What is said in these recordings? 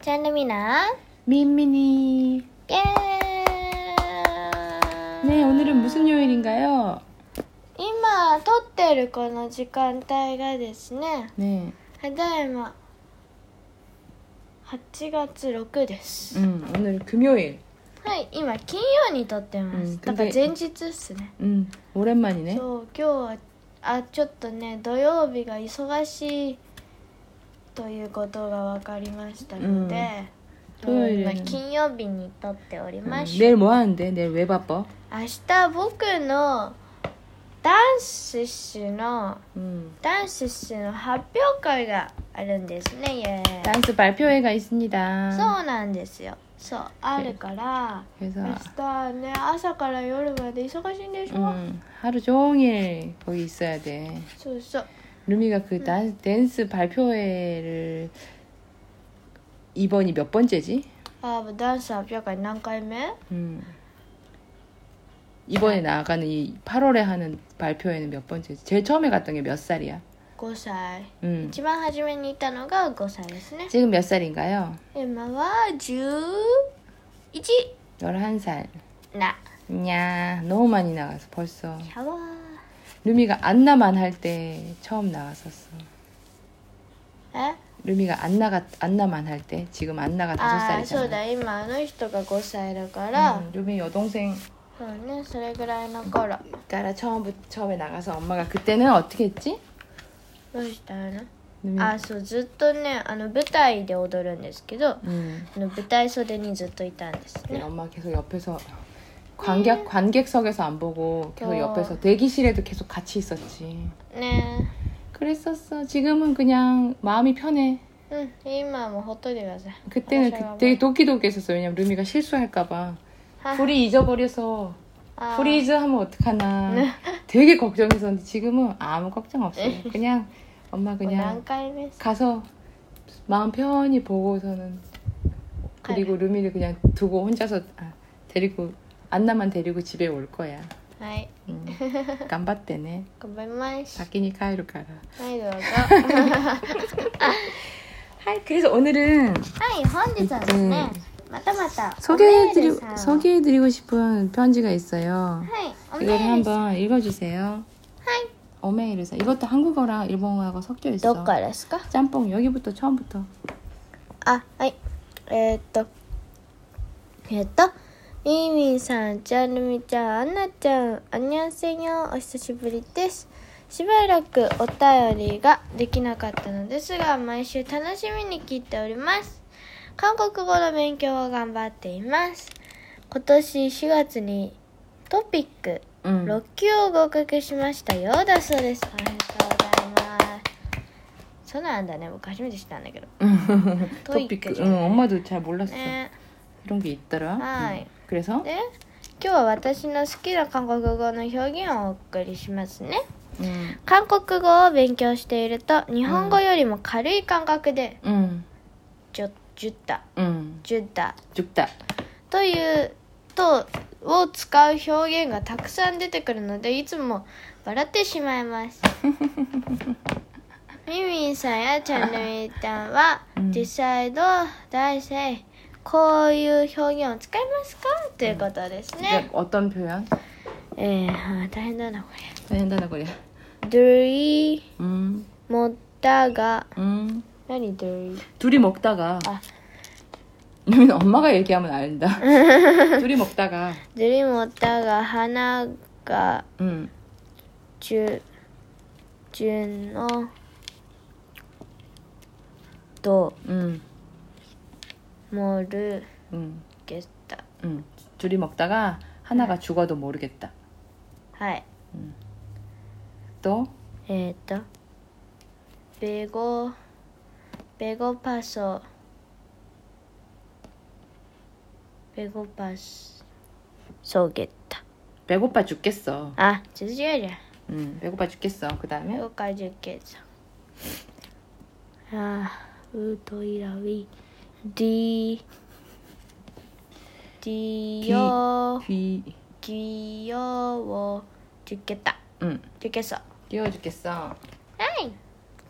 짠누미나 민민이. 예. 네, 오늘은 무슨 요일인가요? 今撮ってるこの時間帯がですね 네. ただいま8月6です、 음, 오늘 금요일. はい今金曜に撮ってます、うんだから前日っすね 음, 오랜만이네. そう今日はあちょっとね土曜日が忙しいということが分かりましたので、うん土曜日今金曜日に撮っており 음, まして 내일 뭐 하는데? 내일 왜 바빠? 明日僕の男子誌の 음. 男子誌の発表会があるんですねイエーイ 댄스 발표회가 있습니다. そうなんですよそうあるから明 그래서 日ね朝から夜まで忙しいんでしょ、 음, 하루 종일 거기 있어야 돼. そうそう 루미가 그 단, 댄스 발표회를 이번이 몇 번째지? あーダンス発表会何回目 음. 이번에 나가는 이 8월에 하는 발표회는 몇 번째지? 제일 처음에 갔던 게 몇 살이야? 5歳 음. 一番初めにいたのが5歳ですね 지금 몇 살인가요? 今は11 11살. な 야 너무 많이 나가서 벌써. やわー 루미가 안나만 할 때 처음 나왔었어. え 루미가 안나가 안나만 할 때 지금 안나가 다섯 ああそう 살이잖아. だ今あの人が5歳だから、 음, 루미 여동생 そうねそれぐらいの頃 따라 처음부터 처음에 나가서 엄마가 그때는 어떻게 했지? どうしたの、 루미. あそうずっとねあの舞台で踊るんですけどあ 음. の舞台袖にずっといたんです 네, ね 엄마 계속 옆에서 관객 관객석에서 안 보고 계속 어. 옆에서 대기실에도 계속 같이 있었지. ね 그랬었어. 지금은 그냥 마음이 편해. えうん今はもうほっといてください 그때는 맞아요, 아. 되- 되게 도끼도끼했었어. 왜냐면 루미가 실수할까봐. は 불이 잊어버려서 あー 프리즈 하면 어떡하나 네. 되게 걱정했었는데 지금은 아무 걱정 없어요. 그냥 엄마 もう何 그냥 回目っす 가서 마음 편히 보고서는 그리고 루미를 그냥 두고 혼자서 아, 데리고 안나만 데리고 집에 올 거야. はい 음, 깜빡대네. 頑張ります 바뀌니 카이로 가라. はい どうぞは 하이, 그래서 오늘은 い本日はですねまたまたおメールさ 소개해드리고 ん 소개해드리고 싶은 편지가 は 있어요. いおメ 이걸 ールさん 한번 읽어주세요. 하이. 어메이르사 이것도 한국어랑 일본어하고 섞여 ど 있어. っからですか 짬뽕 여기부터 처음부터 あはいえーっとえーっとみーみーさんちゃんるみちゃんあんなちゃんあんにゃんせんよお久しぶりですしばらくお便りができなかったのですが毎週楽しみに聞いております韓国語の勉強を頑張っています今年4月にトピック 응. 6級を合格しましたよだそうですおめでとうございますそうなんだね僕初めて知ったんだけど 토픽 토익. 응 엄마도 잘 몰랐어 ね 이런 게 있더라 아이. 네. 응. 그래서 で今日は私の好きな韓国語の表現をお送りしますね 응. 韓国語を勉強していると日本語よりも軽い感覚で 응. 「じゅじゅった」「 응. じゅった」 음. 죽다 という「と」を使う表現がたくさん出てくるのでいつも笑ってしまいますミミンさんやチャンネルちゃんはうん実際どう大生こういう表現を使いますかということですね、 이게 네. 어떤 표현 えー、あー大変だなこ 된다나 그래 れ「ドゥイ 음. もったが 음. 」何「ドゥイ 둘이 먹다가 아. 이건 엄마가 얘기하면 안다 둘이 먹다가 ドゥイもったが花が 응. じゅじゅのと 응. もる 응. げた 응. 음. 둘이 먹다가 네. 하나가 죽어도 모르겠다 はい 또 えっ、ー、とベゴベゴパソベゴパソそうげた 배고파 죽겠어 あ、続いてる。 응. 배고파 죽겠어 그 다음에 よかじゅけさん。あー、うといらうい。り。りよ。 귀 りよを。じゅけた。 응. じゅけそう。 귀여워 죽겠어 はい。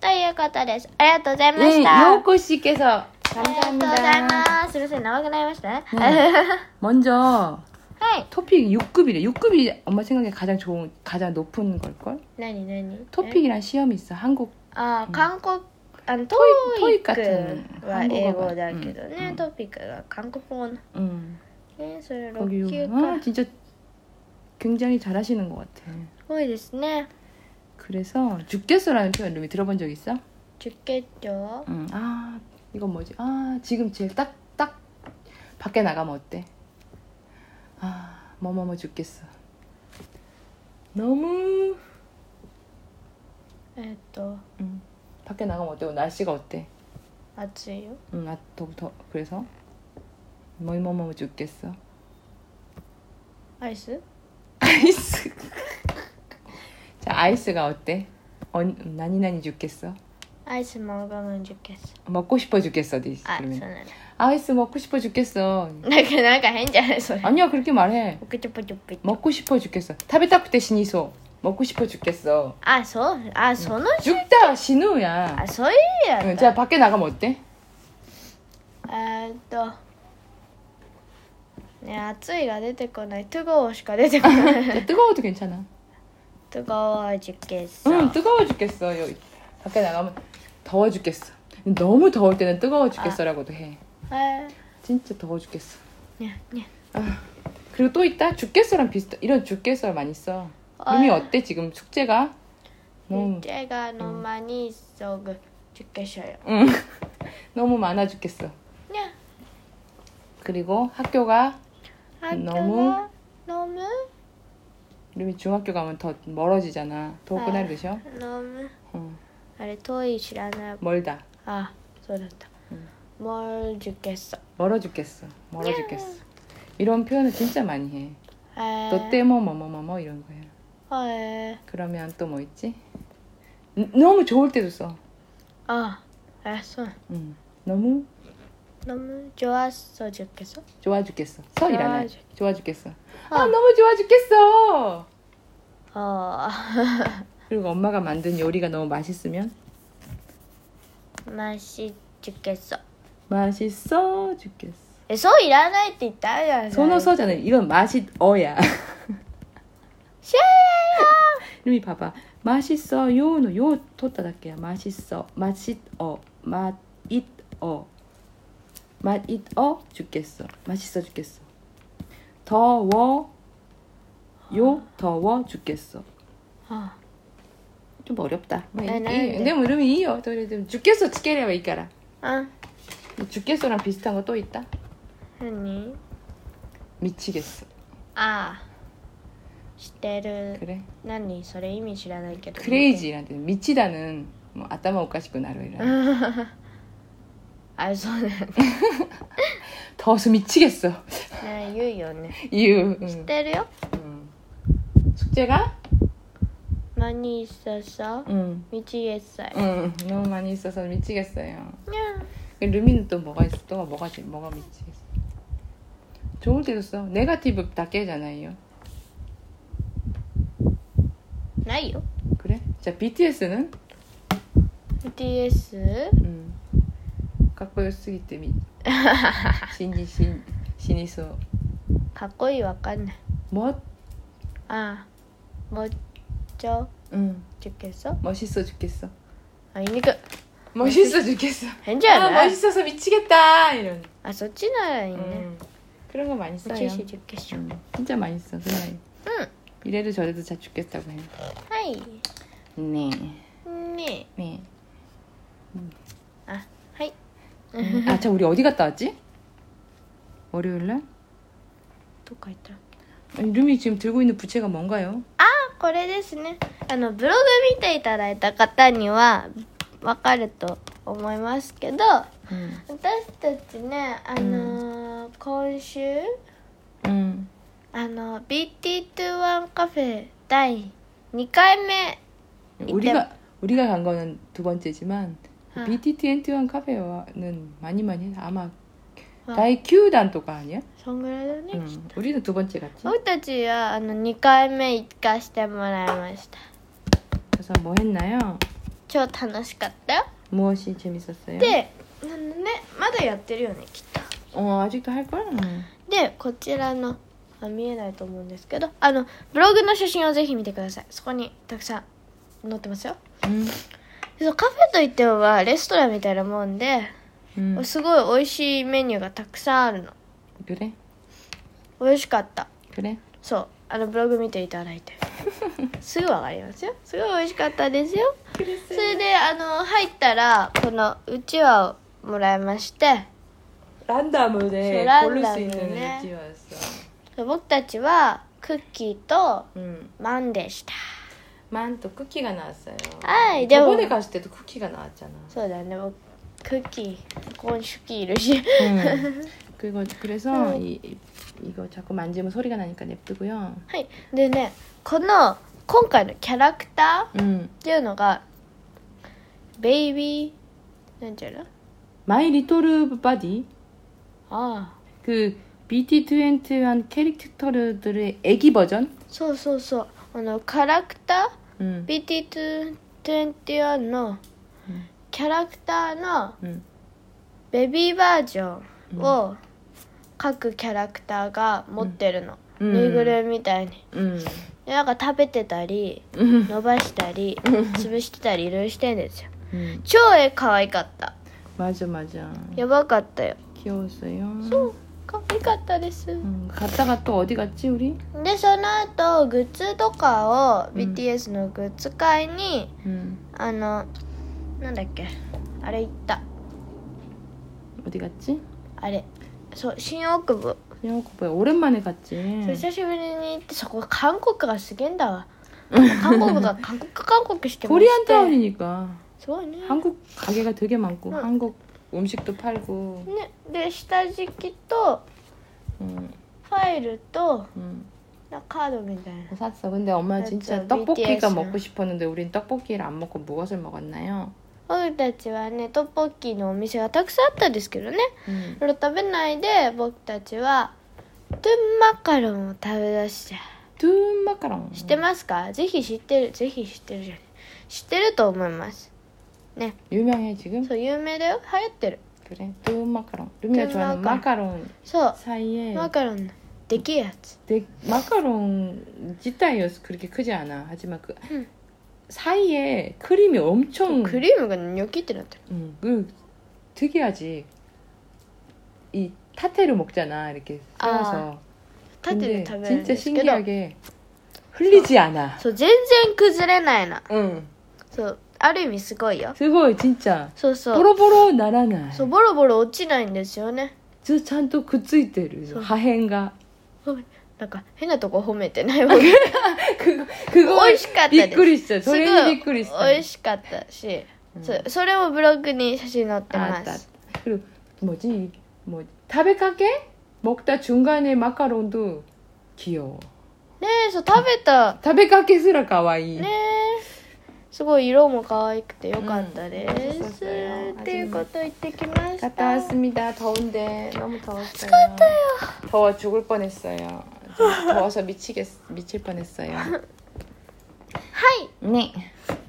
ということです。ありがとうございま 네 した。 여우꽃 씨께서 감사합니다. す。すみません、長くなりましたね。 네. 먼저 はい。 토픽 6급이래. 6급이 엄마 생각에 가장 좋은 가장 높은 걸걸? 何何 토픽이란 시험이 있어. 한국 あー、韓国、あの、トイーイットクイッはク韓国語英語だけどうねん、トピックが韓国語な。 음. ね、それ 거기 6級 아, か。 진짜 굉장히 잘하시는 것 같아. すごいですね。 그래서 죽겠어라는 표현 루미 들어본 적 있어? 10決勝 음. 아 이건 뭐지? 아 지금 제일 딱 딱 밖에 나가면 어때? 아 뭐뭐뭐 죽겠어. 너무 えっと、 음. 밖에 나가면 어때? 날씨가 어때? 暑いよ。 응, 아, 더, 더, 그래서? 뭐뭐뭐 죽겠어. アイス 아이스. 자, 아이스가 어때? 언, 난이 난이 죽겠어. アイスも我慢10決勝 먹고 싶어 죽겠어, 네, あ、そう 그러면. なの。 아이스 먹고 싶어 죽겠어. なんか、なんか変じゃないそれ。 아니야, 그렇게 말해. ポキチョポチョポチョ。 먹고 싶어 죽겠어. 타베타쿠테 신이소. 먹고 싶어 죽겠어. あ、そうあ、その、 죽다 신우야. あ、そういう意味や 응, った。 자, 밖에 나가면 어때? えーっと。ね、暑いが出てこない。トゥゴーしか出てこない。 자, 뜨거워도 괜찮아. トゥゴー10決 응, 勝 뜨거워 죽겠어. 여기 밖에 나가면 더워 죽겠어. 너무 더울 때는 뜨거워 죽겠어라고도 해. えー 진짜 더워 죽겠어. ね、ね。 그리고 또 있다. 죽겠어랑 비슷한 이런 죽겠어 많이 써. 아. 루미 어때 지금 숙제가? う 너무 ちがの間に急ぐ10決勝よ。 응. 너무 많아 죽겠어. ね。 그리고 학교가 あ飲む今日は飲む 루미 중학교 가면 더 멀어지잖아. 더 아. 끝날 듯이요. 飲む 응. あれ遠い知らない 멀다. あそうだった、もう受験さ 멀어 죽겠어. 멀어 네. 죽겠어. 이런 표현을 진짜 많이 해. えー 너 때뭐 뭐뭐뭐뭐 이런 거야. えー 그러면 또 뭐 있지? 음, 너무 좋을 때도 써. あえそう 응. 너무 飲む좋았어受験さ 좋아 죽겠어. 설이라나. 좋아 죽- 좋아 죽겠어. 어. 아 너무 좋아 죽겠어. あ 그리고 엄마가 만든 요리가 너무 맛있으면 あ マシ受験さ 맛있어 죽겠어. えそういらないって言ったじゃん 손어서잖아요. 이건 맛있어야. シェー 이름이 봐봐. 맛있어요는 요 토따다게야. 맛있어. 맛있어. 맛있어. 맛있어 죽겠어. 맛있어 죽겠어. 더워. 요 더워 죽겠어. あ 좀 어렵다. 뭐 이- 네, 네, 이- 네. 근데 뭐 이름이 이요. 또 이래 좀 죽겠어 죽겠려 이까라. あ 죽겠어랑 비슷한 거 또 있다. 何 미치겠어. ああ知ってる 그래. 何それ意味知らないけど 크레이지라는 뜻. 미치다는 뭐 아따마 오까시고 나로이라 あそうだよ ね 더워서 미치겠어 ね言うよね 이유 知ってるよ 숙제가 マニーサさ 응. 道へさい 응. 너무 많이 있어서 미치겠어요 にゃん 루미는 또 뭐가 있어 또 뭐가 지- 뭐가 미치겠어 좋을 때도 써 네가티브 다 깨잖아요 ないよ 그래 자 BTS는 BTS 음. 갖고요 쓰기 때문에 신지 신 신이소 뭐? かっこいいわかんない 멋 ああもっちょ 응. ちゅけそ 멋있어 죽겠어 あいにく 멋있어 죽겠어 変じゃ 아 ない 멋있어서 미치겠다 이런 あそっちならいいね 음. 그런 거 많이 う 써요. ちしちゅけしょ 음, 진짜 많이 써. 그냥 응. 이래도 저래도 잘 죽겠다고 해. はい 네. ね 네. えあはい 아, 참 우리 어디 갔다 왔지? 월요일 날? どっか行った 아니, 루미 지금 들고 있는 부채가 뭔가요? あこれですねあのブログ見ていただいた方にはわかると思いますけど 음. 私たちねあのー今週 음. あの BT21 カフェ第2回目 우리가 우리가 간 거는 두 번째지만 아. BT21 카페는 많이 많이 아마 は 다이 큐단 또가 아니야? そんぐらいだね、 음. 우리는 두 번째 갔지. 僕たちはあの2回目行かしてもらいました 그래서 뭐 했나요? 超楽しかったよ 무엇이 재밌었어요? でなんでねまだやってるよねきっと 어 아직도 할 거야. でこちらのあ見えないと思うんですけどあのブログの写真をぜひ見てくださいそこにたくさん載ってますよ 음, でそうカフェといってはレストランみたいなもんで 음. すごい美味しいメニューがたくさんあるの 그래, 美味しかった 그래. そうあのブログ見ていただいてすぐわかりますよすごい美味しかったですよそれであの入ったらこのうちわをもらいまして 란다무네 저 고를 수 란다무네. 있는 느낌이었어. 僕たちはクッキーと 음. マンでした 만또 쿠키가 나왔어요. 아이, 네, 저번에 뭐. 갔을 때도 쿠키가 나왔잖아. そうだね僕クッキーここにシュキーいるし 음. 그리고 그래서 음. 이, 이- 이거 자꾸 만지면 소리가 나니까 냅두고요. はいでねこの今回のキャラクター 음. っていうのがベイビーなんていうの 마이 리토르 바디 ああ 그 BT20한 캐릭터들의 애기 버전. そうそうそうあのキャラクタ 음. ー BT21 のうんキャラクターの 음. ベビーバージョンを各キャラクターが持ってるの、うんぬいぐるみみたいに 음. でなんか食べてたり 음. 伸ばしたり潰してたりいろいろしてんですよ 음. 超絵可愛かった 맞아 맞아. やばかったよ 귀여웠어요. 可愛かったです、 음, 갔다가 또 어디 갔지 우리? でその後グッズとかを、うん BTS のグッズ会に 음. あのなんだっけあれ行った 어디 갔지? あれそう新大久保、 영국보야 오랜만에 갔지. そう久しぶりに行ってそこ韓国がすげえんだ わ韓国が韓国韓国してまして 코리안 타운이니까 すごいね 한국 가게가 되게 많고 응. 한국 음식도 팔고. ねで下敷きと 음, ファイルと 음. なカードみたいな 다 샀어. 근데 엄마 맞아, 진짜 떡볶이가 BTS 야. 먹고 싶었는데 우린 떡볶이를 안 먹고 무엇을 먹었나요? 僕たちはねトッポッキーのお店がたくさんあったんですけどね 음. それを食べないで僕たちはトゥンマカロンを食べだして 둔 마카롱. 知ってますか、ぜひ知ってるぜひ知ってるじゃん知ってると思いますね 유명해 지금? そう有名だよ流行ってる 그래. 둔 마카롱. 루미가 둔 좋아하는 마카롱 そう 사이에 マカロンのできるやつ 내- 마카롱 지타이어서 그렇게 크지 않아. 하지만 그 응. 그 사이에 크림이 엄청 クリームがニョキってなってる 응, 그 특이하지. 이 타테를 먹잖아 이렇게 아, 썰어서. 縦で 근데 食べるんで 진짜 すけど 신기하게 흘리지 않아. そう全然崩れないな 응. そうある意味すごいよ 그거 진짜 そうそう 보로보로 날아나. そうボロボロ落ちないんですよね 저 잔도 그ついてる 소- 하행가. なんか変なとこ褒めてないわけ 그거 그거 美味しかったです 비꾸리스타. すご 소리 い 비꾸리스타. 美味しかったし、そうそれもブログに写真載ってま 알았다. す 그리고 뭐지? 뭐 타베카게 먹다 중간에 마카롱도 귀여워. ねえそう食べた 타베카게스라 가와이. ねえすごい色も可愛くてよかったでうんそうす、そうそうっていうこと言ってきました 갔다 왔습니다. 더운데 너무 더웠어요. 추웠어요. 더워 죽을 뻔했어요. 좀 더워서 미치겠 미칠 뻔했어요. はい 네.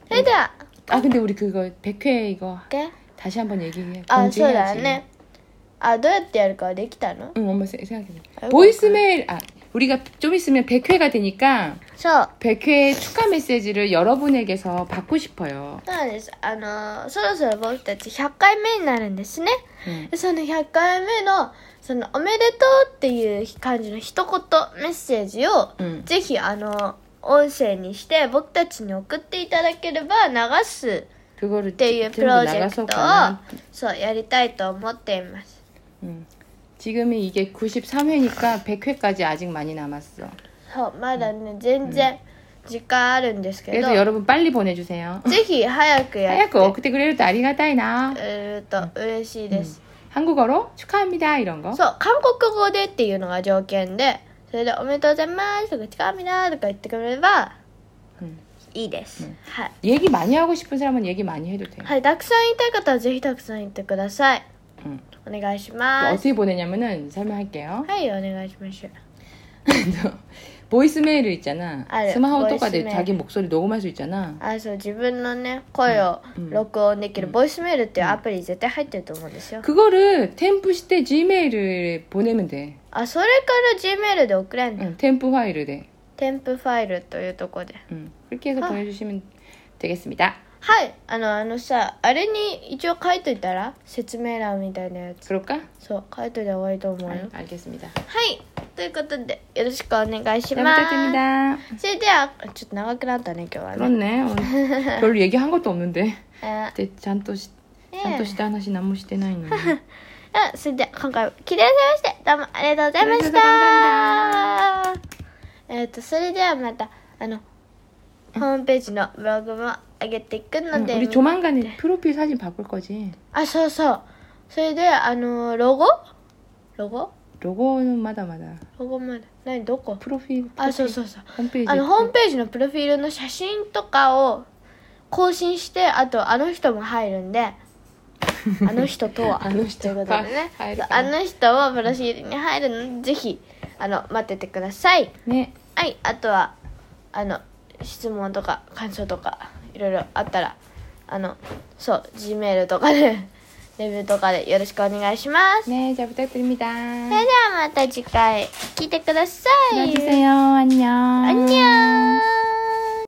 それでは 아 근데 우리 그거 백회 이거 で 다시 한번 얘기해. あそうだ 공지해야지. ねあどうやってやるかできたの 응, 엄마 생각해. 아이고, 보이스메일 아 우리가 좀 있으면 백회가 되니까 そう 백회 축하 메시지를 여러분에게서 받고 싶어요. そうなんですあのーそろそろ僕たち100回目になるんですね、うんでその100回目のそのおめでとうっていう感じの一言メッセージを、うんぜひあの音声にして僕たちに送っていただければ流す 그거를 っていう 지- プ 전부 ロジェク 나가서 ト 가면, をそうやりたいと思っています 음. 지금이 이게 93회니까 100회까지 아직 많이 남았어. そうまだね全然時間あるんですけど、 그래서 여러분 빨리 보내주세요. ぜひ早くやって 하얗고 어그때 그래도 아리가타이나 くれると嬉しいです、 한국어로 축하합니다 이런 거. そう、韓国語でっていうのが条件で、それでおめでとうございますとか、近みだとか言ってくれれば 음. いいです。はい。 얘기 많이 하고 싶은 사람은 얘기 많이 해도 돼요. はい、たくさん言いたい方はぜひたくさん言ってください。 음. お願いし 또 ます。 어떻게 보내냐면은 설명할게요. はい、お願いしましょう。 어, 보이스 메일을 있잖아. 아, 네. 스마트とかで 보이스메일. 자기 목소리 녹음할 수 있잖아. あそう自分のね声をうんうん録音できる、ボイスメールっていうアプリ絶対入ってると思うんですよ、 그거를 添프 시때 G메일을 보내면 돼. あそれから Gmail で送れんね、 응, 添프 파일을 돼. 添付ファイルというとこで 응. 그렇게 해서 아. 보내주시면 되겠습니다. はいあのあのさあれに一応書いといたら説明欄みたいなやつ 그럴까? 아, そう書いといた方がいいと思うよはい 알- 알겠습니다. ということでよろしくお願いし 잘 ます 부탁드립니다. それではちょっと長くなったね今日はね 그렇네. 오늘 별로 얘기한 것도 없는데. あでちゃんとしええちゃんとした話何もしてないのに。 あそれでは今回も聞いてくださいましてどうもありがとうございましたあえっ、とそれではまたあのホームページのブログも上げていくの 응, で、 우리 네. 조만간에 프로필 사진 바꿀 거지. あそうそうそれであのロゴロゴ 로고는 마다 마다. ロゴまで何どこ 프로필 あそうそうそう 홈페이지. あのホームページのプロフィールの写真とかを更新してあとあの人も入るんであの人とはあの人ということでねは入るそうかあなの人はプロフィールに入るのでぜひあの待っててくださいねはいあとはあの質問とか感想とかいろいろあったらあのそう G メールとかで レビューとかでよろしくお願いします、 네 잘 부탁드립니다. それではまた次回聞いてください 들어주세요. 네. 안녕. 안녕